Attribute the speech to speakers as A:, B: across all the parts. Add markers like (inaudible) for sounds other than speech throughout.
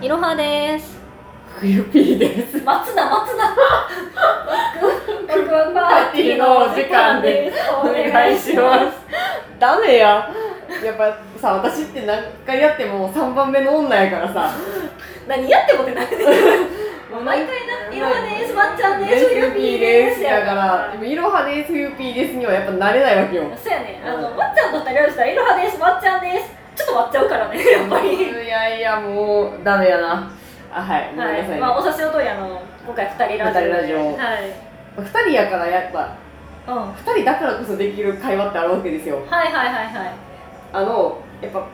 A: いろはです。
B: ふゆぴーです。
A: 松田松田。ワクワクパ。
B: ーティーのお時間です (laughs) お願いします。ダメや。やっぱさ、私って何回やっても3番目の女やからさ。
A: す。何やってもってない。毎回な、いろはです。まっちゃんです。
B: ゆ
A: ゆ
B: ぴ
A: ぴ
B: ー
A: ー
B: です。
A: や
B: だから、でもいろはです、ゆぴーですにはやっぱ慣れないわけよ。
A: そうやね。あの、まっちゃんだったら、したら、いろはです。まっちゃんです。ちょっと割っちゃうから
B: (laughs)
A: ね、やっぱり。
B: いやいや、もうダメやな。あ、はい、ごめんなさい
A: は
B: ね。
A: い。まあ、お察しの通り、あの、今回二人ラジオで。
B: 二人ラジオ
A: はい。
B: 2人やからやっぱ、
A: うん。は
B: 2人だからこそできる会話ってあるわけですよ
A: い。はいはいはい。
B: あの、やっぱ、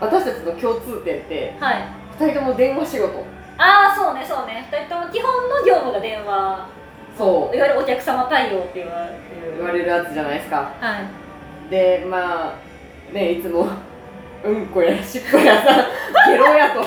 B: 私たちの共通点って、
A: はい。
B: 2人とも電話仕事。
A: ああ、そうね、そうね。二人とも基本の業務が電話。
B: そう。
A: いわゆるお客様対応って言われ
B: 言わ
A: る。
B: れるやつじゃないですか
A: はい。
B: でまあねいつもうんこやしっこやさ (laughs) ゲロやと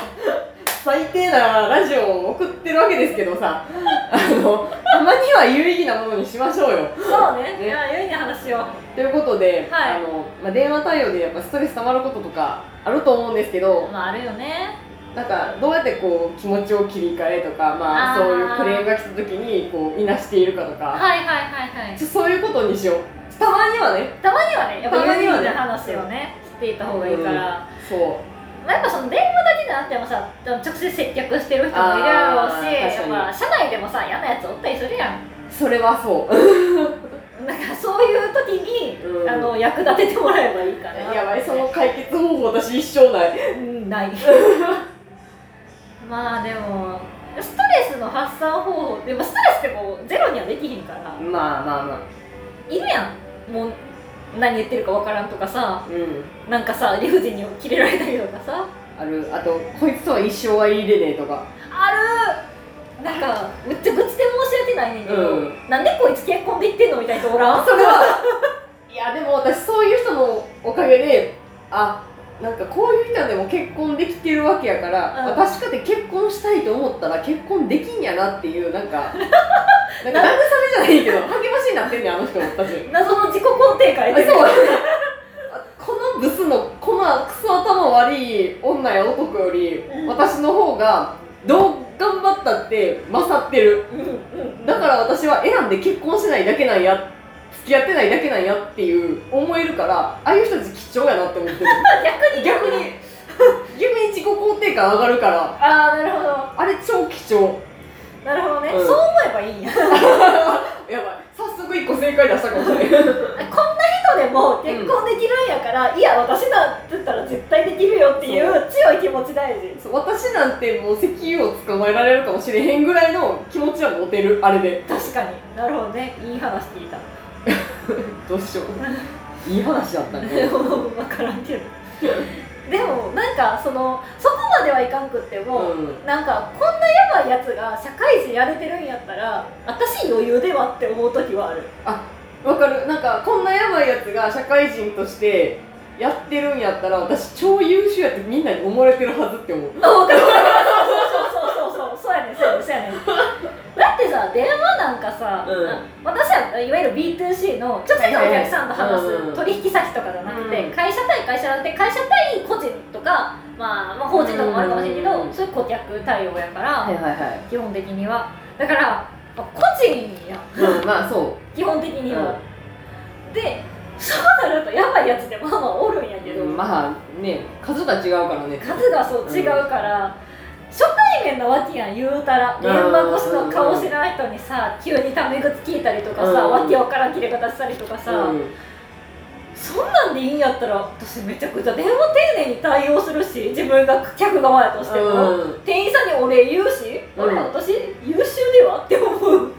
B: 最低なラジオを送ってるわけですけどさあのたまには有意義なものにしましょうよ
A: そうね。
B: ね
A: いや、良いね話を。は
B: ということで、
A: はい
B: あのまあ、電話対応でやっぱストレス溜まることとかあると思うんですけど
A: まあ、あるよね。
B: なんかどうやってこう気持ちを切り替えとか、まあ、
A: あー
B: そういうクレームが来た時にこういなしているかとか、
A: はいはいはいはい
B: ち。ょそういうことにしようたまにはね
A: たまにはね、やっぱ
B: たま
A: 有
B: に
A: 意
B: は
A: 義
B: ね
A: な話をね、知っていた方がいいから。
B: そう
A: まあ、やっぱその電話だけじゃなくてもさ、直接接客してる人もいるやろう
B: あ
A: し、
B: ー
A: や
B: 確か
A: っ
B: に
A: ぱ社内でもさ、嫌なやつおったりするやん。
B: それはそう
A: なんかそういう時に、
B: うん
A: あの役立ててもらえばいいかな。
B: やばいその解決方法私一生ない
A: うんない (laughs) まあでもストレスの発散方法でもストレスってもうゼロにはできひんから
B: まあまあま
A: いるやんもう何言ってるかわからんとか
B: あ
A: さ
B: うん
A: なんかさ理不尽にキレられたりとかさ
B: あるあとこいつとは一生は言いれねえとか
A: あるなんかめっちゃ愚痴で申し訳ないねんけど、
B: うん
A: なんでこいつ結婚できてんのみたいな人おらん
B: (laughs) それはいやでも私そういう人のおかげであなんかこういう人でも結婚できてるわけやから、
A: うん
B: 確かに結婚したいと思ったら結婚できんやなっていうなんか (laughs) なんか慰めじゃないけど励ましになってんねんあの人私
A: 謎の自己肯定感
B: あ
A: や
B: そ
A: ね
B: う (laughs) このブスのこのクソ頭悪い女や男より、
A: うん
B: 私の方がどう頑張ったって勝ってる
A: うんうん
B: だから私は選んで結婚しないだけなんや付き合ってないだけなんやっていう思えるからああいう人たち貴重やなって
A: (laughs)
B: 思ってる
A: 逆に
B: 逆に逆に自己肯定感上がるから
A: ああなるほど
B: あれ超貴重
A: なるほどね、
B: うん
A: そう思えばいいんや
B: やばい早速一個正解出したかもしれない
A: (laughs) こんな人でも結婚できるんやから、いや私なんて言ったら絶対できるよっていう強い気持ち大事
B: そう私なんてもう石油を捕まえられるかもしれへんぐらいの気持ちは持てるあれで
A: 確かになるほどねいい話聞いた
B: どうしよう。いい話だったね。
A: 分からんけどでもなんかそのそこまではいかんくって
B: (laughs) う
A: も、
B: ん。
A: なんかこんなやばいやつが社会人やれてるんやったら私余裕ではって思う時はある
B: わかる。なんかこんなやばいやつが社会人としてやってるんやったら、私超優秀やってみんなに思われてるはずって思う。
A: そうそうそうそうそうそうそうやねんそうやねんそうやねんだってさ電話なんかさ、
B: うん
A: あ私はいわゆる B2C の直接お客さんと話
B: はいはいはいうん
A: す取引先とかじゃなくて、
B: うん
A: 会社対会社で会社対個人とか、まあ、まあ法人とかもあるかもしれんけど、
B: うん
A: そういう顧客対応やから、
B: いはいはい。
A: 基本的にはだからまあ個人やん
B: うん、まあそ
A: 基本的には、でそうなるとやばいやつってまあまあおるんやけど、
B: う。まあね、数が違うからね。
A: 数がそう違うから、初対面なわけやん言うたら電話越しの顔知らない人にさ急にタメ口聞いたりとかさ、
B: うん
A: わけわからん切れ方したりとかさ、
B: うん
A: そんなんでいいんやったら私めちゃくちゃ電話丁寧に対応するし自分が客側やとしても、
B: うん
A: 店員さんにお礼言うし、
B: うん
A: あれ私優秀ではって思う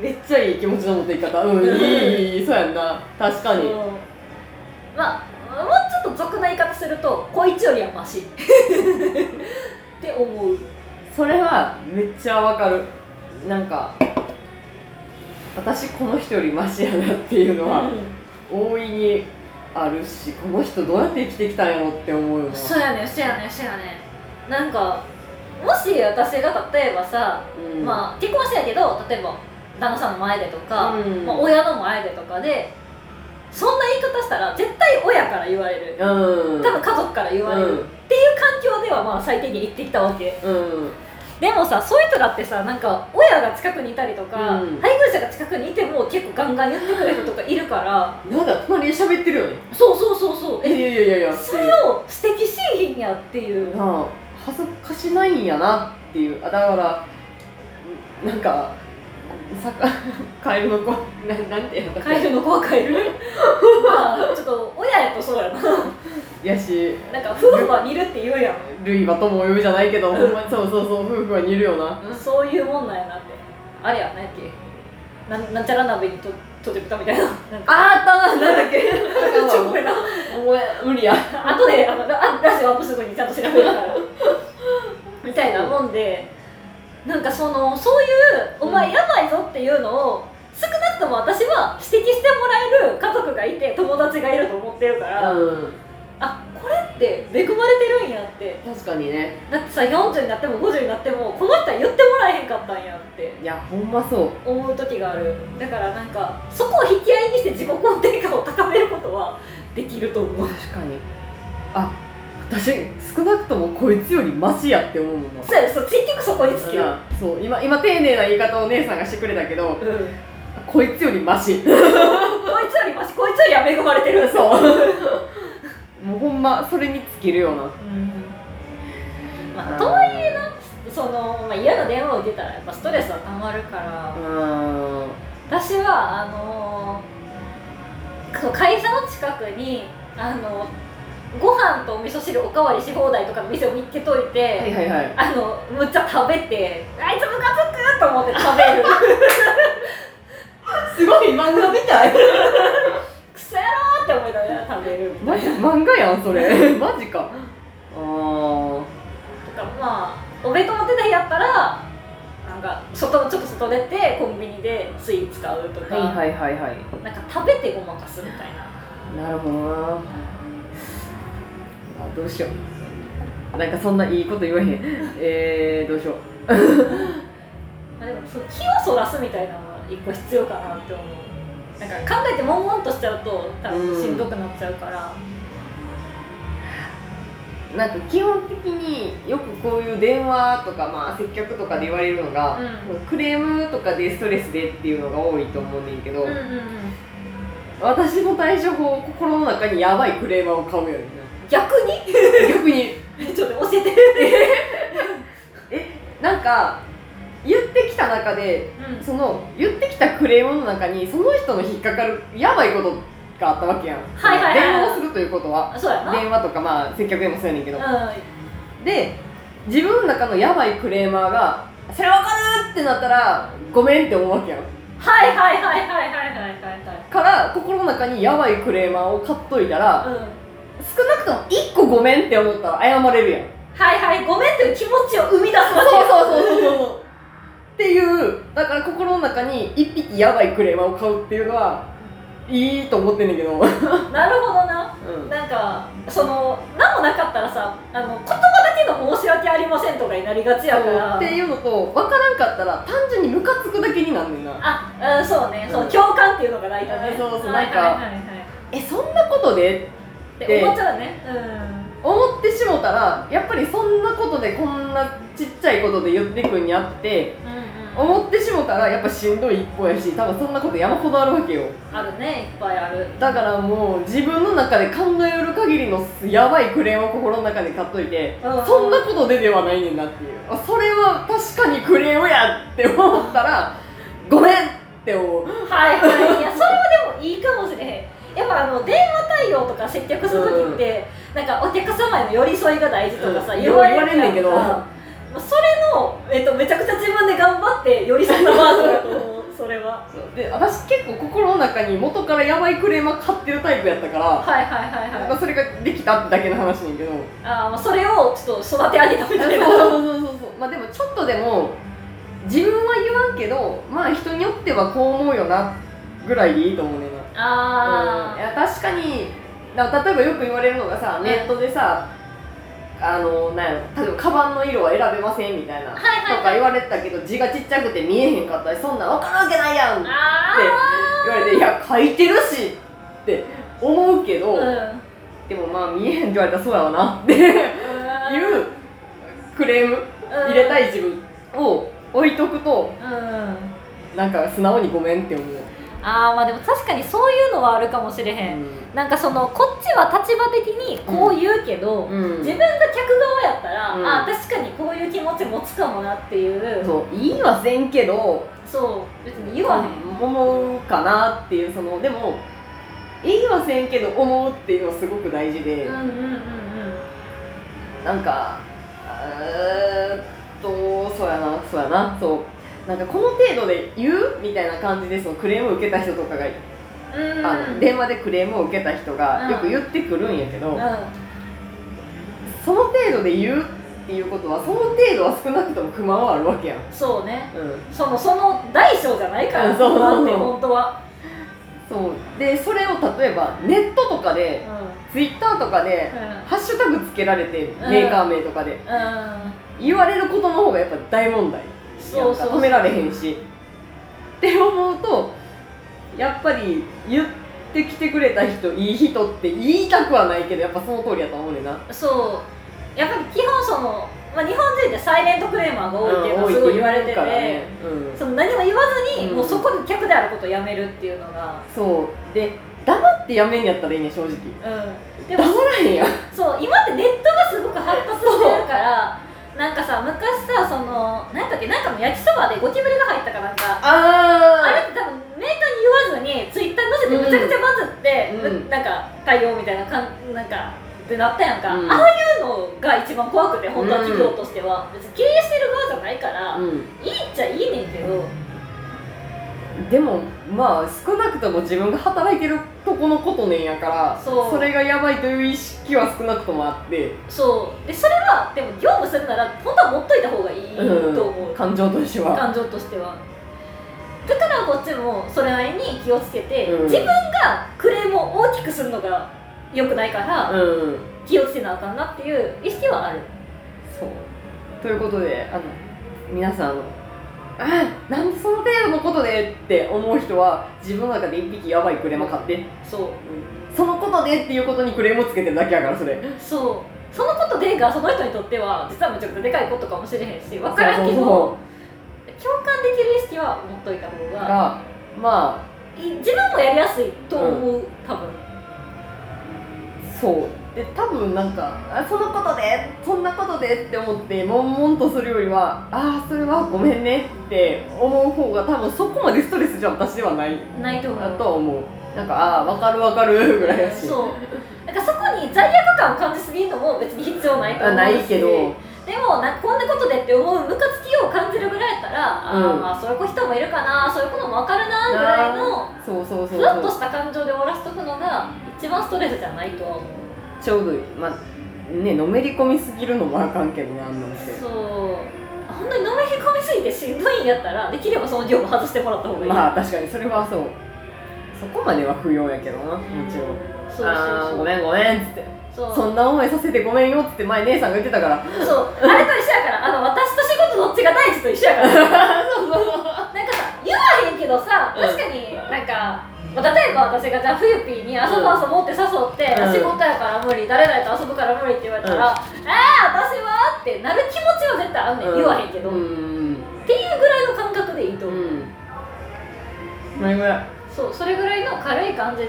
B: めっちゃいい気持ちの持っていき方。 (laughs) うん、いいいいいい、そうやんな。確かに。
A: うんまあもうちょっと俗な言い方するとこいつよりはマシって思う
B: それはめっちゃわかるなんか私この人よりマシやなっていうのは
A: うん
B: 大いにあるしこの人どうやって生きてきたんやろって思うの
A: そうやねんそうやねんそうやねんなんかもし私が例えばさ、
B: うん
A: まあ結婚してやけど例えば旦那さんの前でとか、
B: うん
A: まあ、親の前でとかでそんな言い方したら絶対親から言われる
B: うん
A: 多分家族から言われる、
B: うん
A: っていう環境でにはまあ最低限行ってきたわけ
B: うん
A: でもさそういう人だってさなんか親が近くにいたりとか、
B: うん
A: 配偶者が近くにいても結構ガンガン言ってくる人とかいるから
B: なんか隣で喋ってるよね
A: そうそうそうそう
B: いやい
A: え
B: やいやいや
A: それを素敵しい品やっていう
B: なあ恥ずかしないんやなっていうあだからんなんかさか (laughs) カエルの子ななんていうの
A: カエルの子はカエ
B: (laughs)
A: ルまあちょっと親やとそうやな
B: やし
A: なんか夫婦は見るって言うやん
B: ルイは友を呼ぶじゃないけどほんまにそうそうそう夫婦は似るよな
A: そういうもんなんやなってあれやなんやっけなんなんちゃら鍋にととってきたみたいななんか
B: あーあったななんだっけ
A: ちょっとごめんな
B: お前無理や
A: あとであのあラジオアップするにちゃんと調べる
B: (laughs)
A: からみたいなもんでなんかそのそういうお前やばいぞっていうのを少なくとも私は指摘してもらえる家族がいて友達がいると思ってるから、
B: うん
A: あこれって恵まれてるんやって
B: 確かにね
A: だってさ40になっても50になってもこの人は言ってもらえへんかったんやって
B: いやほんまそう
A: 思う時があるだからなんかそこを引き合いにして自己肯定感を高めることはできると思う
B: 確かにあ私少なくともこいつよりマシやって思うもんな
A: そうやそう結局そこに尽きる、
B: そう今今丁寧な言い方をお姉さんがしてくれたけど
A: うん
B: こいつよりマシ
A: こいつよりマシこいつよりは恵まれてる
B: そうもうほんまそれに尽きるような
A: まあ、とはいえなその、まあ、嫌な電話を受けたらやっぱストレスはたまるから
B: うん
A: 私はあのーそう会社の近くにあのご飯とお味噌汁おかわりし放題とかの店を見つけといて、
B: はいはいはい
A: あのむっちゃ食べてあいつムカつくと思って食べる (laughs)
B: すごい漫画みた
A: (laughs)
B: い
A: クソ野郎って思いながら食べるみた
B: マ
A: い
B: ジ
A: な
B: 漫画やんそ
A: (laughs)
B: れマジかあー
A: とかまあお弁当持ってた日やったらなんか外ちょっと外出てコンビニでスイーツ買うとか、
B: はいはいはいはい
A: なんか食べてごまかすみたいな
B: なるほどなあどうしようなんかそんないいこと言わへんえー、どうしよう
A: まあでもその気をそらすみたいなのは一個必要かなって思うなんか考えて悶々としちゃうと多分しんどくなっちゃうから、
B: なんか基本的によくこういう電話とか、まあ、接客とかで言われるのが、
A: うん
B: クレームとかでストレスでっていうのが多いと思うねんけど、
A: うんうんうん
B: 私の対処法心の中にやばいクレーマーを買うよね
A: 逆に (laughs)
B: 逆に
A: ちょっと教えて、
B: なんか言ってきた中で
A: うん
B: その言ってきたクレームの中にその人の引っかかるやばいことがあったわけやん、
A: はいはいはい
B: 電話をするということは
A: あそうやな
B: 電話とかまあ接客でもそうやねんけど、
A: う
B: で自分の中のやばいクレーマーが「それわかる!」ってなったら「ごめん」って思うわけやん
A: んはいはいはいはいはいはいはいはい
B: から心の中にやばいクレーマーを買っといたら
A: うん
B: 少なくとも1個ごめんって思ったら謝れるやん
A: はいはいごめんっていう気持ちを生み出す
B: そう
A: わ
B: そうそうそうそうっていうだから心の中に1匹やばいクレーマーを買うっていうのはいいと思ってんねんけど、うん、
A: けなるほどななんかその何もなかったらさあの言葉だけの申し訳ありませんとかになりがちやから
B: っていうのと分からんかったら単純にムカつくだけになんねんな
A: あ、うん、そうね、そううん共感っていうのがないとね、
B: うんそうそう
A: はい
B: なんか
A: はいはいはい
B: えそんなことで
A: って思っちゃうねうん
B: 思ってしもたらやっぱりそんなことでこんなちっちゃいことで言ってくんにあって
A: うんうん
B: 思ってしもたらやっぱしんどい一方やし多分そんなこと山ほどあるわけよ
A: あるねいっぱいある
B: だからもう自分の中で考える限りのやばいクレームを心の中で買っといて
A: うん
B: そんなことでではないねんなっていうあそれは確かにクレームやって思ったらごめんって思う
A: はいはいいやそれはでもいいかもしれへんやっぱあの電話対応とか接客する時って、なんかお客様への寄り添いが大事とかさ、
B: うん
A: 言われる
B: 言われんねんけど
A: まあそれの、えっと、めちゃくちゃ自分で頑張って寄り添ったワードだと思うそれは
B: そうで私結構心の中に元からやばいクレームを買ってるタイプやったから
A: はいはいはいはい
B: なんかそれができたってだけの話ねんけど
A: あーまあそれをちょっと育て上げたみ
B: そう
A: たいな
B: そうそうそうまあでもちょっとでも自分は言わんけどまあ人によってはこう思うよなぐらいでいいと思うねんなうんい
A: あ
B: や確かにだから例えばよく言われるのがさ
A: うん
B: ネットでさ、あのなんやろ例えばカバンの色は選べませんみたいな、
A: はいはいはい
B: とか言われてたけど字がちっちゃくて見えへんかったりそんなん分からんわけないやんっ
A: ー、
B: て
A: あ
B: 言われて「いや書いてるし」って思うけど、
A: あうん
B: でもまあ見えへんって言われたらそうやわなっていううレーム入れたい自分を置いとくと
A: うんあ
B: なんか素直にごめんって思う、
A: あーまあでも確かにそういうのはあるかもしれへん、なんかそのこっちは立場的にこう言うけど、
B: うん
A: 自分が客側やったら、
B: うん
A: あー確かにこういう気持ち持つかもなっていうそう
B: そう言いはせんけど
A: 別に言わへん、
B: 思うかなっていうそのでも言いはせんけど思うっていうのはすごく大事で、
A: うんうんうんうん
B: なんかえー、っとそうやなそうやなそうなんかこの程度で言うみたいな感じでそのクレームを受けた人とかが、
A: うん
B: あの電話でクレームを受けた人が
A: うん
B: よく言ってくるんやけど、
A: うん
B: その程度で言うっていうことはその程度は少なくとも不満はあるわけやん、
A: そうね
B: うん、
A: そのその大小じゃないから
B: うんそう
A: なんて本当は、
B: そうでそれを例えばネットとか
A: うん
B: でツイッターとかでハッシュタグつけられて
A: ん
B: メーカー名とかで
A: うんうん
B: 言われることの方がやっぱ大問題
A: そうそう
B: 止められへんしって思うとやっぱり言ってきてくれた人いい人って言いたくはないけどやっぱその通りやと思うねんな
A: そうやっぱり基本その、まあ、日本人でサイレントクレーマーが多いっていうのは
B: うん
A: すごい言われて
B: 多
A: て、
B: からねうん
A: その何も言わずに、
B: うん
A: もうそこで客であることをやめるっていうのが、
B: そうで黙ってやめんやったらいいねん正
A: う
B: 直
A: ん、で
B: 黙
A: も
B: らへんやん
A: そう今ってネットがすごく発達してるからなんかさ昔さその何だっけなんかの焼きそばでゴキブリが入ったかなんかあれ
B: あ
A: って多分メーカーに言わずにツイッターに載せてめちゃくちゃまずって、
B: うん
A: なんか対応みたいなかんなんかってなったやんか、
B: うん
A: ああいうのが一番怖くて本当は企業としては、別に経営してる側じゃないから、い
B: うん
A: いっちゃいいねんけど
B: でもまあ少なくとも自分が働いてるとこのことねんやから
A: そう
B: れがやばいという意識は少なくともあって、
A: そうでそれはでも業務するなら本当は持っといた方がいいと思う、
B: 感情としては
A: 感情としてはだからこっちもそれなりに気をつけて、
B: うん
A: 自分がクレームを大きくするのが良くないから、
B: うん
A: 気をつけなあかんなっていう意識はある
B: そうということであの皆さんあのあなんでその程度のことでって思う人は自分の中で一匹やばいクレーム買って
A: そう
B: そのことでっていうことにクレームをつけてるだけやからそれ
A: そうそのことでがその人にとっては実はめちゃくちゃでかいことかもしれへんし分からんけど
B: そう
A: 共感できる意識は持っといた方
B: そう
A: が
B: がまあ
A: い自分もやりやすいと思う、多分
B: そうで多分なんかあそのことでそんなことでって思って悶々とするよりはああそれはごめんねって思う方が多分そこまでストレスじゃ私ではない
A: ないと思
B: な
A: う
B: とは思うなんかああわかるわかる (laughs) ぐらいだし
A: そうなんかそこに罪悪感を感じすぎるのも別に必要ないと思
B: あ
A: うし
B: ないけど
A: でもなんかこんなことでって思うムカつきを感じるぐらいやったら、あ
B: う
A: あ
B: ん
A: まあそういう子人もいるかなそういうことも分かるなぐらいの
B: そうそうそう
A: ふわっ
B: そ
A: と
B: う
A: した感情で終わらせとくのが一番ストレスじゃないとは思う
B: ちょうどいいまあねのめり込みすぎるのもあかんけどねあんなのって
A: そう本当にのめり込みすぎてしんどいんやったらできればその業務外してもらった方がいい、
B: まあ確かにそれはそうそこまでは不要やけどなもちろん
A: そう
B: ああ
A: そ
B: ご
A: うそう
B: めんごめんっつって
A: そう
B: そんな思いさせてごめんよっつって前姉さんが言ってたから
A: そうあれと一緒やからあの私と仕事どっちが大事と一緒やからな
B: (laughs)
A: んかさ言わへんけどさ
B: うん
A: 確かになんか、まあ例えば私がじゃあ冬ピーに遊ぼう遊ぼうって誘って、
B: うん
A: 仕事やから無理誰々と遊ぶから無理って言われたら、
B: うん
A: ああ私はってなる気持ちは絶対あんねん、言わへんけど、
B: う
A: っ
B: ん
A: ていうぐらいの感覚でいいと
B: う
A: 思う、
B: んごめんごめん
A: そうそれぐらいの軽い感じで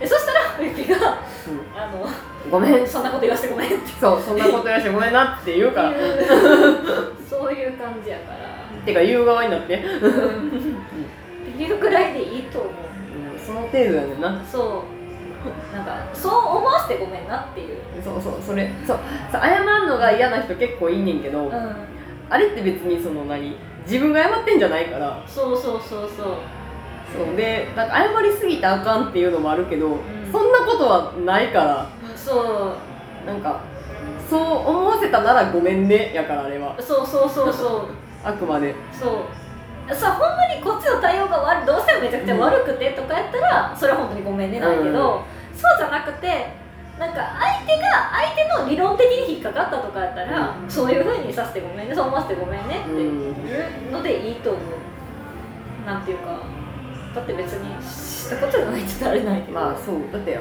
A: でそしたら冬ピーが「あの
B: ごめん
A: そんなこと言わせてごめん」って
B: そうそんなことやしごめんなって言うから
A: いう (laughs) そういう感じやから。
B: てか言う側になって、
A: っていうぐらいでいいと思う
B: その程度やねんな
A: そうなんかそう思わせてごめんなっていう
B: そうそうそれそうそう謝るのが嫌な人結構いんねんけど、
A: うん
B: あれって別にその何自分が謝ってんじゃないから
A: そうそうそうそう
B: そうでなんか謝りすぎたらあかんっていうのもあるけど、
A: ん
B: そんなことはないから
A: そう
B: なんかそう思わせたならごめんねやからあれは
A: そうそうそうそう
B: あくまで
A: そうさほんまにこっちの対応が悪いどうしてもめちゃくちゃ悪くてとかやったらそれは本当にごめんねないけど、そうじゃなくてなんか相手が相手の理論的に引っかかったとかやったら、
B: うん
A: そういうふうにさせてごめんねそう思わせてごめんねって
B: うん
A: いうのでいいと思う、なんていうかだって別にしたことがないって言ったらあれないけど、
B: まあそうだって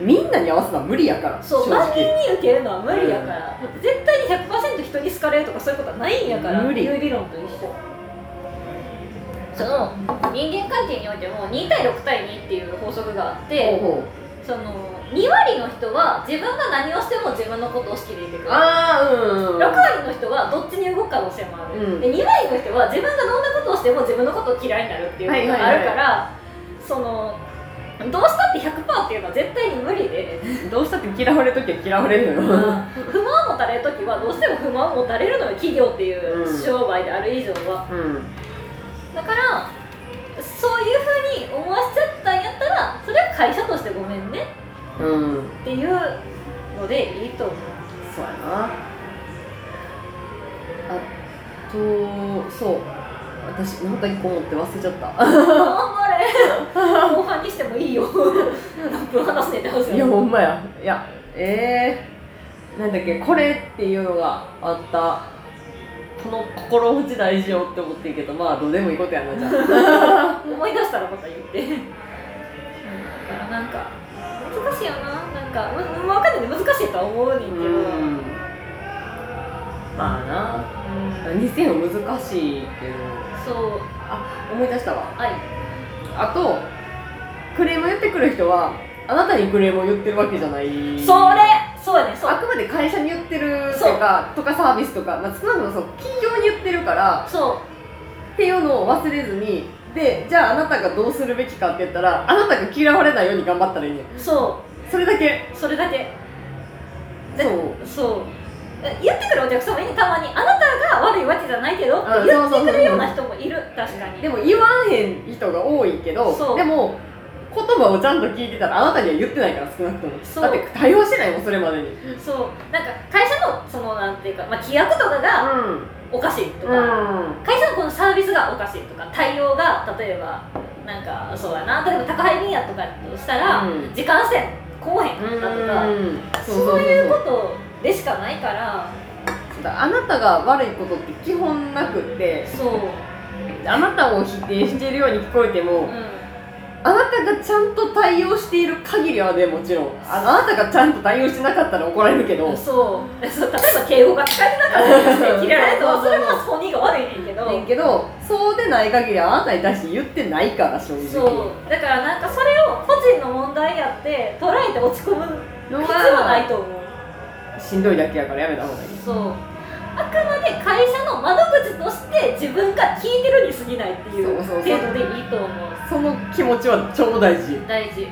B: みんなに合わすのは無理やから
A: そう
B: 正
A: 万人
B: 直
A: に受けるのは無理やから、絶対に100%人に好かれるとかそういうことはないんやから
B: 無理
A: っていう理論と一緒その人間関係においても2対6対2っていう法則があって
B: ほうほう
A: その2割の人は自分が何をしても自分のことを好きでいてくれる
B: ああうんうん
A: 6割の人はどっちに動く可能性もある、
B: うん
A: で2割の人は自分がどんなことをしても自分のことを嫌いになるっていうのがあるから、そのどうしたって100%っていうのは絶対に無理で
B: どうしたって嫌われるときは嫌われるのよ、
A: 不満を持たれる時はどうしても不満を持たれるのよ企業っていう
B: うん
A: 商売である以上は、
B: うん
A: だからそういうふうに思わせちゃったんやったらそれは会社としてごめんね
B: うん
A: っていうのでいいと思う
B: そうやなあとそう私何か一個持って忘れちゃっ
A: 頑
B: た
A: 張れ後半にしてもいい
B: (laughs)
A: よ何分話すねって話
B: いや
A: よ
B: ほんまやいやえー、なんだっけこれっていうのがあったこの心持ち大事よって思ってんけどまあどうでもいいことやなじゃあ
A: 思い出したらまた言ってうんだからなんか難しいよななんかう分かんないね難しいとは思うねんけ
B: う
A: ど
B: んまあな
A: うん
B: 2000は難しいけど
A: そう
B: あ思い出したわ
A: 愛
B: あとクレーム言ってくる人はあなたにクレームを言ってるわけじゃない
A: それそうやねそう
B: あくまで会社に言ってると
A: そう
B: かとかサービスとか、まあ、少なくともそう企業に言ってるから
A: そう
B: っていうのを忘れずにでじゃああなたがどうするべきかって言ったらあなたが嫌われないように頑張ったらいいね
A: そ
B: それだけ
A: うそれだけ
B: そう、うん、
A: そうえ言ってくるお客様にたまに「あなたが悪いわけじゃないけど」って言
B: そう
A: っ
B: そう
A: てくるような
B: そ
A: 人もいる確か
B: う
A: に
B: でも言わへん人が多いけ
A: そ
B: ど
A: う
B: でも言葉をちゃんと聞いてたらあなたには言ってないから少なくとも
A: そう
B: だって対応してないもんそれまでに
A: そうなんか会社のそのなんていうか、まあ、規約とかがおかしいと
B: う
A: か、
B: ん
A: 会社のこのサービスがおかしいとか対応が例えばなんかそうやな例えば宅配便やとかとしたら、
B: うん
A: 時間線こうへんかったとか、
B: うんそうそうそう
A: そういう
B: そう
A: ことでしかないから
B: あなたが悪いことって基本なくって
A: そう、
B: あなたを否定しているように聞こえて
A: う
B: も
A: ん
B: あなたがちゃんと対応している限りはねもちろんああなたがちゃんと対応してなかったら怒られるけどね
A: そうそう例えば敬語が使えなかったら嫌られるとそれは本人が悪いねんけど
B: んけどそうでない限りはあなたに対して言ってないから正直
A: そうだからなんかそれを個人の問題やって捉えて落ち込む
B: の
A: 必要はない
B: は
A: と思う
B: しんどいだけやからやめた方がいい
A: そうあくまで会社の窓口として自分が聞いてるに過ぎないっていう
B: そう
A: 程
B: そう
A: 度
B: そう
A: でいいと思う
B: その気持ちは超大事
A: 大事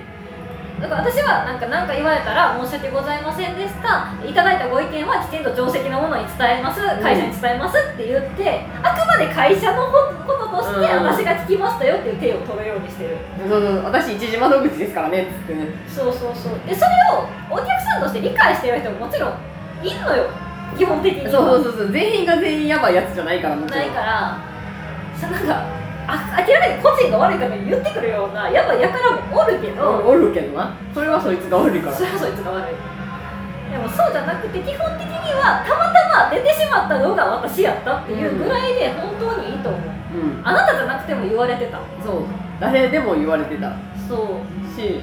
A: だから私はなんか何か言われたら「申し訳ございませんでした」「いただいたご意見はきちんと定石のものに伝えます」「会社に伝えます」って言ってあくまで会社のこととして
B: うん
A: 私が聞きましたよっていう手を取るようにしてる、
B: そうそう私一時窓口ですからねっつってね
A: そうそうそうでそれをお客さんとして理解してる人ももちろんいんのよ基本的に
B: そう
A: は
B: そうそうそう全員が全員やばいやつじゃないからもちろん
A: ないからさなんかあ明らかに個人が悪いから言ってくるようなやっぱやからもおるけど、
B: おおるけどなそれはそいつが悪いから
A: それはそいつが悪いでもそうじゃなくて基本的にはたまたま出てしまったのが私やったっていうぐらいで本当にいいと思う、
B: うん
A: あなたじゃなくても言われてた
B: そう誰でも言われてた
A: そう、
B: し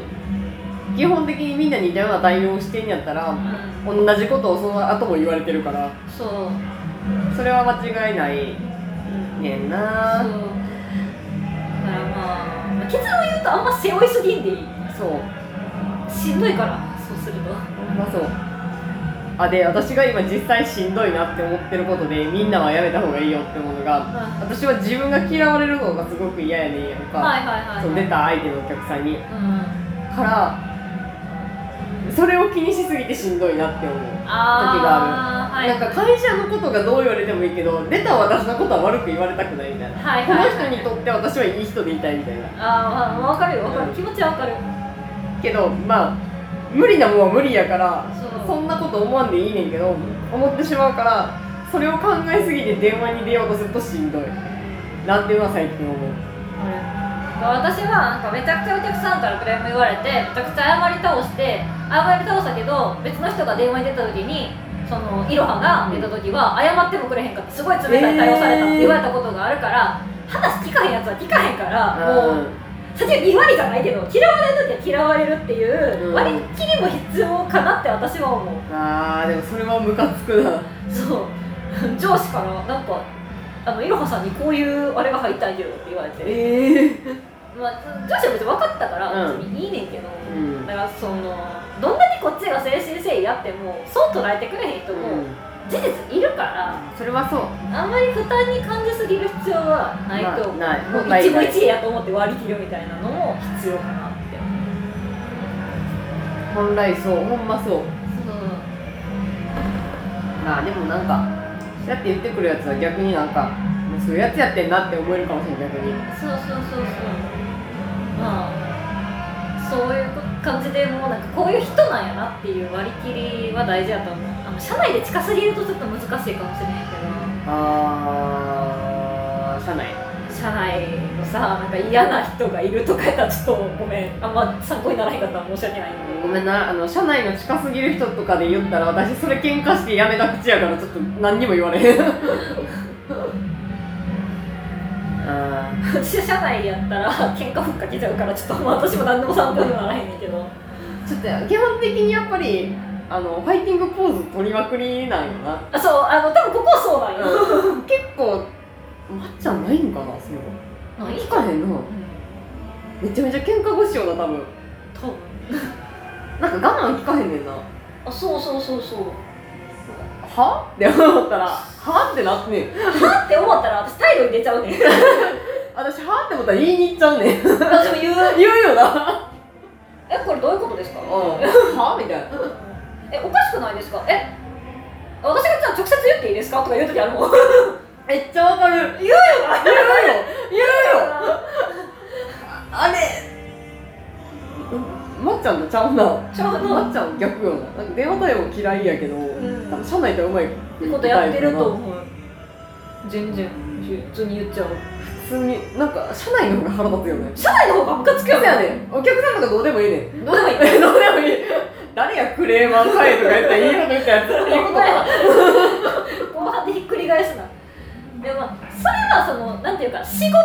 B: 基本的にみんな似たような対応してんやったら
A: ん、
B: 同じことをその後も言われてるから
A: そう、
B: それは間違いない
A: うん、
B: ねん
A: そうだから
B: な
A: まあまあ結論言うとあんま背負いすぎんでいい
B: そう
A: しんどいからそうすると
B: ほんまそうあで私が今実際しんどいなって思ってることでみんなはやめた方がいいよってものが
A: まあ
B: 私は自分が嫌われるのがすごく嫌やねんやんか、
A: はいはいはい
B: その出た相手のお客さん
A: う
B: に
A: ん
B: からそれを気にしすぎてしんどいなって思う
A: あーはい
B: なんか会社のことがどう言われてもいいけど出た私のことは悪く言われたくないみたいな、
A: はいはいはい
B: この人にとって私はいい人でいたいみたい
A: あ
B: な
A: ーまあ分かるよ分かる気持ちは分かる
B: けどまあ無理なもんは無理やから
A: そう
B: そんなこと思わんでいいねんけど思ってしまうからそれを考えすぎて電話に出ようとするとしんどいなんていうのは最近思う
A: 私はなんかめちゃくちゃお客さんからクレーム言われてめちゃくちゃ謝り倒して謝り倒したけど別の人が電話に出た時にそのいろはが出た時は謝ってもくれへんかったすごい冷たい対応されたって言われたことがあるから話聞かへんやつは聞かへんからもう
B: う
A: 最初に言われじゃないけど嫌われる時は嫌われるっていう、
B: うん
A: 割り切りも必要かなって私は思う
B: あーでもそれはムカつくな
A: そう (laughs) 上司からなんかあのいろはさんにこういうあれが入ったんやけどって言われて、
B: ええ
A: まあ、上司は別に分かったから
B: うん
A: 別にいいねんけど、
B: うん
A: だからそのどんだけこっちが精神誠意やってもそう捉えてくれへん人も事実いるから、
B: それはそう
A: あんまり負担に感じすぎる必要はないと思う、
B: まあない
A: もう
B: 本来
A: 一期
B: ない
A: 一会やと思って割り切るみたいなのも必要かなって思う
B: 本来そうほんまそうまあでもなんかだって言ってくるやつは逆になんかもうそういうやつやってんなって思えるかもしれない逆に
A: そうそうそうそうまあそういう感じでもうなんかこういう人なんやなっていう割り切りは大事やと思うあの社内で近すぎるとちょっと難しいかもしれないけ
B: あー社内
A: ど社内のさなんか嫌な人がいるとかやったらちょっとごめんあんま参考にならへんかったら申し訳ないんだけど
B: ごめんなあの社内の近すぎる人とかで言ったら私それ喧嘩してやめた口やからちょっと何にも言われへんあー
A: 出 (laughs) 社内やったら喧嘩ふっかけちゃうからちょっともう私も何でも参考にはならへんねんけど
B: ちょっと基本的にやっぱりあのファイティングポーズ取りまくりなんよな
A: あそうあの多分ここはそうなんよ、
B: 結構まっちゃんないんかなその
A: まあいい
B: 聞
A: か
B: かへんの
A: うん
B: めちゃめちゃ喧嘩腰よな多分
A: 多分
B: なんか我慢聞かへんねんな
A: あそうそうそうそう
B: はって思ったらはってなってねん
A: はって思ったら私態度に出ちゃう (laughs) ねん
B: 私はって思ったら言いに行っちゃうねん (laughs) 言う
A: 私も言う
B: よな
A: えこれどういうことですか、
B: (laughs) はみたいな
A: えおかしくないですかえ私がじゃあ直接言 (laughs) っていいですかとか言う時あるもん言うよ
B: めっちゃわかる言うよ言う
A: (laughs)
B: よ言うよあれまっちゃんとちゃうな
A: ちゃうな
B: まっちゃん逆よななんか電話対応嫌いやけど、
A: ん
B: 多分社内でうまい
A: ことやってると
B: う
A: 思う全然普通に言っちゃう
B: 普通になんか社内の方が腹立つよね
A: 社内の方がムカつくよ
B: そうやねんお客さんとかどうでもいいねん
A: どうでもいい
B: (laughs) えどうでもいい誰やクレーマーかいとか言ったらいいこと言ったやつ (laughs) いいことか
A: 後半でひっくり返すなでもそれはそのなんていうか仕事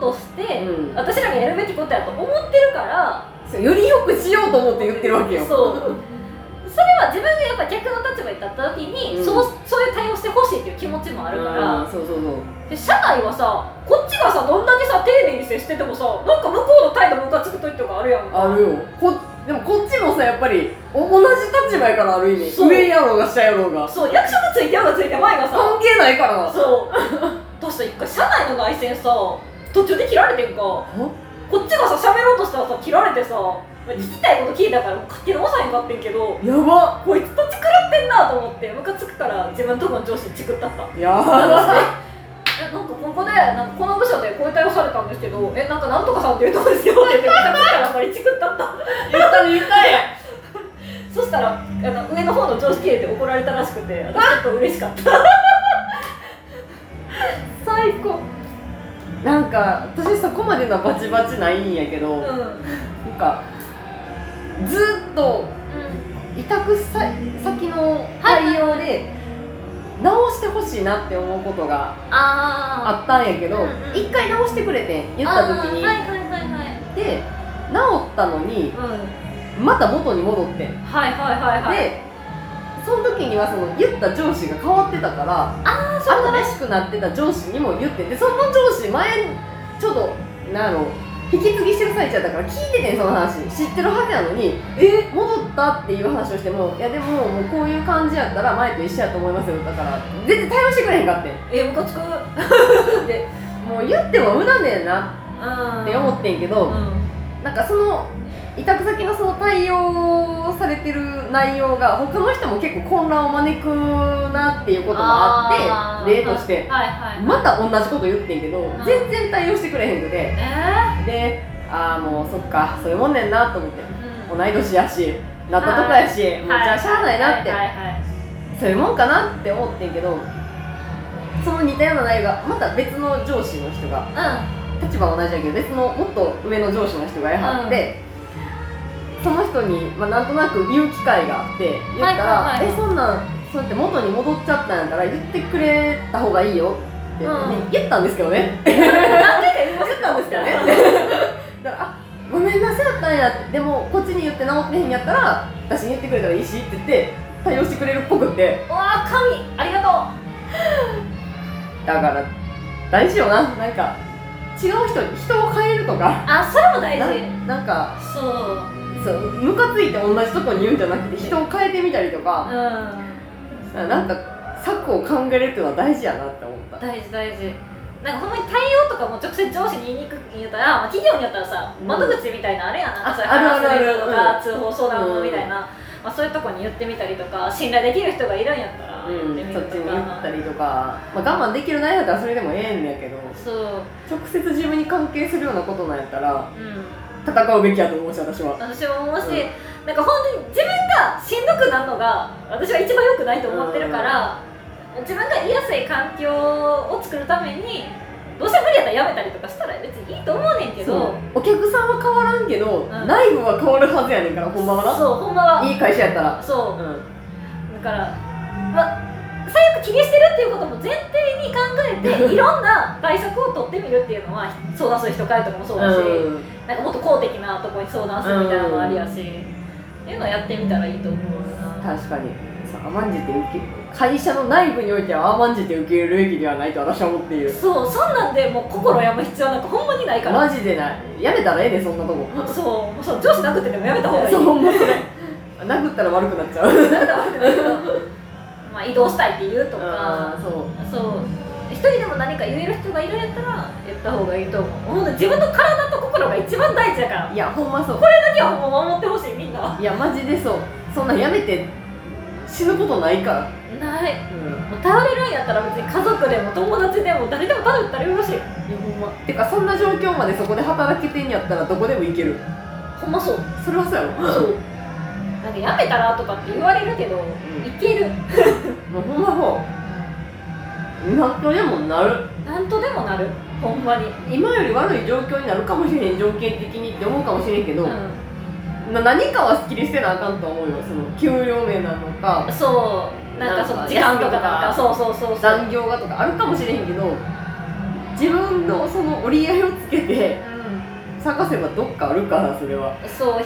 A: として、
B: うん
A: 私らがやるべきことやと思ってるから
B: そうよりよくしようと思って言ってるわけよ
A: そうそれは自分がやっぱ逆の立場に立った時に、
B: うん
A: そうそういう対応してほしいっていう気持ちもあるか
B: うん
A: ら、
B: そうそうそう
A: で社内はさこっちがさどんだけさ丁寧に接しててもさなんか向こうの態度ムカつく時とかあるやんか
B: あるよこでもこっちもさやっぱりお同じ立場やからある意味
A: そう
B: 上やろうが下やろうが
A: そう役職ついてようがついて前がさ
B: 関係ないから
A: そうどうした一回社内の内戦さ途中で切られてんかこっちがさ喋ろうとしたらさ切られてさ聞きたいこと聞いたから勝手に押さへんかってんけど
B: やば
A: こいつとチクらってんなと思ってムカつくから自分のとこの上司にチクったった
B: やば
A: (laughs) えなんかここでなんかこの部署でこういう対応されたんですけどえなんかなんとかさんって言うとこですよって言ってムカつくからやっぱりチクったった
B: 言ったね言ったね
A: そしたらあの上の方の上司切れて怒られたらしくて私ちょっと嬉しかった (laughs) 最高
B: なんか私そこまでのバチバチないんやけど、
A: うん
B: な
A: うんん
B: かずっと委託さ先の対応で直してほしいなって思うことが
A: あ
B: あったんやけど
A: うんうん
B: 一、回直してくれてん言った時に、
A: はいはいはいはい
B: で直ったのに
A: うん
B: また元に戻ってん
A: はいはいはいはい
B: でその時にはその言った上司が変わってたから
A: あそうだね
B: 新しくなってた上司にも言っててその上司前ちょっとなんやろ引き継ぎしてる最中だから聞いててんその話知ってるはずやのにえ戻ったっていう話をしてもいやでももうこういう感じやったら前と一緒やと思いますよだから全然対応してくれへんかってん
A: えムカつくう
B: もう言っても無駄ねんなっ
A: ん
B: て思ってんけど、
A: うん
B: なんかその委託先のその対応されてる内容が他の人も結構混乱を招くなっていうこともあって例として
A: はいはい
B: また同じこと言ってんけど
A: ん
B: 全然対応してくれへんくて
A: え
B: でああもうそっかそういうもんねんなと思って
A: ーうん
B: 同い年やしなったとこやしもうじゃあしゃあないなって
A: はいはいはい
B: そういうもんかなって思ってんけどその似たような内容がまた別の上司の人が
A: うん
B: 立場は同じだけど別のもっと上の上司の人がやはって、その人に、まあ、なんとなく言う機会があって言ったら
A: はいはいは
B: 「
A: い
B: えそんなんそうやって元に戻っちゃったんやから言ってくれた方がいいよ」って言って、
A: うん
B: 言ったんですけどね
A: 何回か言いま (laughs)
B: 言ったんですけどねだったら「あごめんなさいやったんや」ってでもこっちに言って治ってへんやったら私に言ってくれたらいいしって言って対応してくれるっぽくって
A: うわー神ありがと
B: だから大事よななんか違う人に人を変えるとか
A: うあそれも大
B: な
A: 事
B: なんか
A: そう
B: そうムカついて同じとこに言うんじゃなくて人を変えてみたりとか
A: うん
B: なんか策を考えるっていうのは大事やなって思った
A: 大事大事なんかほんまに対応とかも直接上司に言いにくく言うたら、まあ、企業によったらさ
B: うん
A: 窓口みたいなあれやな、
B: あ
A: それ
B: あるあるある
A: ハラスメントとか
B: うん
A: 通報相談みたいな、まあ、そういうとこに言ってみたりとか信頼できる人がいるんやったら
B: う
A: 言って
B: ん
A: み
B: そ
A: る
B: っ
A: と
B: ちに
A: か、
B: 言ったりとか、まあ、我慢できるないやったらそれでもええんやけど
A: そう
B: 直接自分に関係するようなことなんやったら
A: うん
B: 戦うべきやと思うし私は
A: 私ももし、
B: うん
A: なんか本当に自分がしんどくなるのが私は一番良くないと思ってるから、自分が居やすい環境を作るためにどうせ無理やったらやめたりとかしたら別にいいと思うねんけ
B: そう
A: ど
B: お客さんは変わらんけど、
A: ん
B: 内部は変わるはずやねんからほんまはな
A: そうほんまはい
B: い会社やったら
A: そう
B: う
A: だ
B: ん
A: から、まあ、最悪気にしてるっていうことも前提に考えていろんな対策を取ってみるっていうのは相談する人会とかもそうだし、
B: うん
A: なんかもっと公的なとこに相談するみたいなのもありやし、っていうのをやってみたらいいと思うな
B: 確かにそう甘んじて受け会社の内部においては甘んじて受け入れるべきではないと私は思っている
A: そうそんなんでもう心病む必要なんかほんまにないから
B: マジでないやめたらええでそんなとこ
A: そうもうそう上司なくてでもやめた方がいい
B: (laughs) そうほんまそれ (laughs) 殴ったら悪くなっちゃう
A: やめた方がいいけどまあ移動したいって言うとか
B: あーそう
A: そう一人でも何か言える人がいるんやったら言った方がいいと思うほんと自分の体と心が一番大事だから
B: いやほんまそう
A: それだけはもう守ってほしいみんない
B: やマジでそうそんなんやめて死ぬことないから
A: ない
B: うん
A: もう頼れるんやったら別に家族でも友達でも誰でも頼ったらよろしい
B: いやほんまてかそんな状況までそこで働けてんやったらどこでも行ける
A: ほんまそう
B: それはそうやろ
A: そうなんかやめたらとかって言われるけどいける
B: もうほんまほうなんとでもなる
A: なんとでもなるほんまに
B: 今より悪い状況になるかもしれん条件的にって思うかもしれんけど、
A: うん
B: な何かはスッキリしてなあかんとは思うよその給料面なのか
A: そうなんかそ
B: な
A: の
B: んか
A: 時間とかなんか
B: 安い
A: そうそうそうそう
B: 残業がとかあるかもしれへんけど自分のその折り合いをつけて
A: う
B: 探せばどっかあるからそれは
A: んそう100%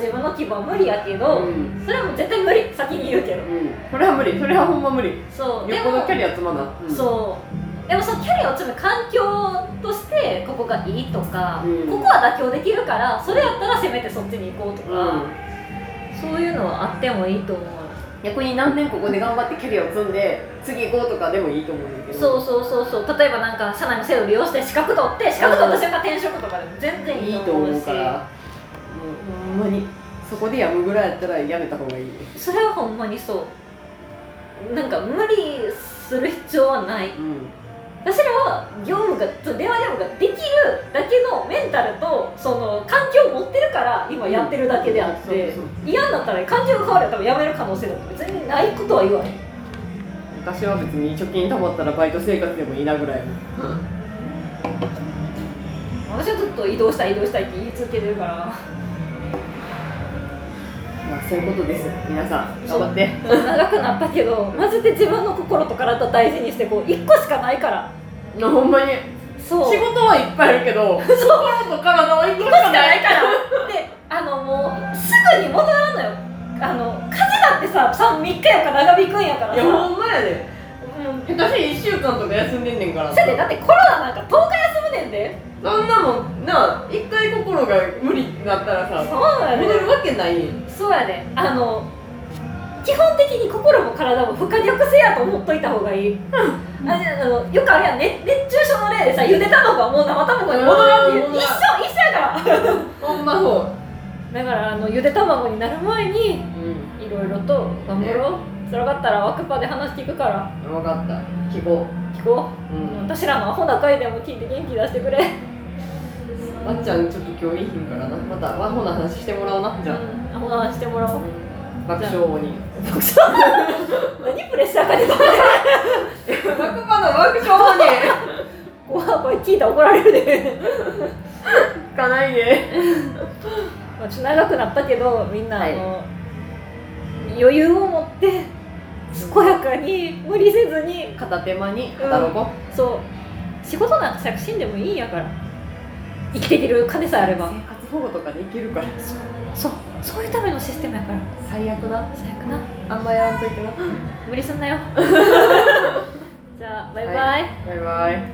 A: 自分の規模は無理やけど、
B: ん、
A: それはもう絶対無理先に言うけど
B: これは無理それはほんま無理よ
A: そうで
B: っぽど
A: も
B: キャリアつまんな、うん、
A: そうでもそのキャリアを積む環境としてここがいいとか、
B: うん
A: ここは妥協できるからそれやったらせめてそっちに行こうと
B: う
A: か、
B: ん、
A: そういうのはあってもいいと思う
B: 逆に何年ここで頑張ってキャリアを積んで次行こうとかでもいいと思うんだけど
A: そうそうそうそう例えばなんか社内の制度利用して資格取って資格取った瞬間転職とかでも全然い
B: い
A: い
B: い
A: と
B: と
A: 思うし
B: 思うからもうほんまにそこでやむぐらいやったらやめた方がいい
A: それはほんまにそうなんか無理する必要はない
B: うん
A: 私らは業務がそう電話業務ができるだけのメンタルとその環境を持ってるから今やってるだけであって、
B: うんそうそう
A: 嫌になったら環境が変われば多分やめる可能性だって別にないことは言わない
B: 私は別に貯金貯まったらバイト生活でもいいなぐらい
A: 私はずっと移動したい移動したいって言い続けてるから
B: まあそういうことです皆さん頑張って
A: 長くなったけどマジで自分の心と体大事にしてこう1個しかないから
B: な (laughs) ほんまに
A: そう
B: 仕事はいっぱいあるけど心と体はいくし
A: 1個し
B: か
A: か
B: な
A: ないいからであのもうすぐに戻らんのよあの家事だってさ3日やから長引くんやから
B: い
A: さ
B: やほんまやで
A: うん
B: 下手して1週間とか休んでんねんから
A: だってだってコロナなんか10日休むねんで
B: そんなもんな一回心が無理になったら
A: そう
B: さ
A: な
B: 戻るわけない
A: そうやねあの基本的に心も体も不可逆性やと思っといた方がいい、あじゃああのよくあれやん、ね、熱中症の例でさゆで卵はもう生卵に戻らんっていううん一緒一緒やから
B: ほんまほ
A: だからあのゆで卵になる前に
B: ううん
A: いろいろと頑張ろう辛かったらワクパで話聞くから
B: 分かった希望
A: 聞こ
B: う
A: う、
B: ん
A: 私らのアホな回でも聞いて元気出してくれ
B: まっちゃんちょっと今日いい日からなまたワホな話してもらおうなじゃ
A: うんアホな話してもら
B: あ、
A: おう
B: 爆笑王に
A: 爆笑何プレッシャーかけた
B: 爆破の爆笑王に
A: うわこれ聞いたら怒られるで
B: 行かないで
A: まあちょっと長くなったけどみんな、
B: はい
A: あの余裕を持って健やかに無理せずに
B: 片手間に語ろこ
A: そう仕事なんか作んでもいいんやから生きていける金さえあれば
B: 生活保護とかできるから
A: そうそういうためのシステムやから
B: 最悪な
A: 最悪な
B: あんまやらんといけな (laughs)
A: 無理すんなよじゃあバイバイ、
B: バイバイ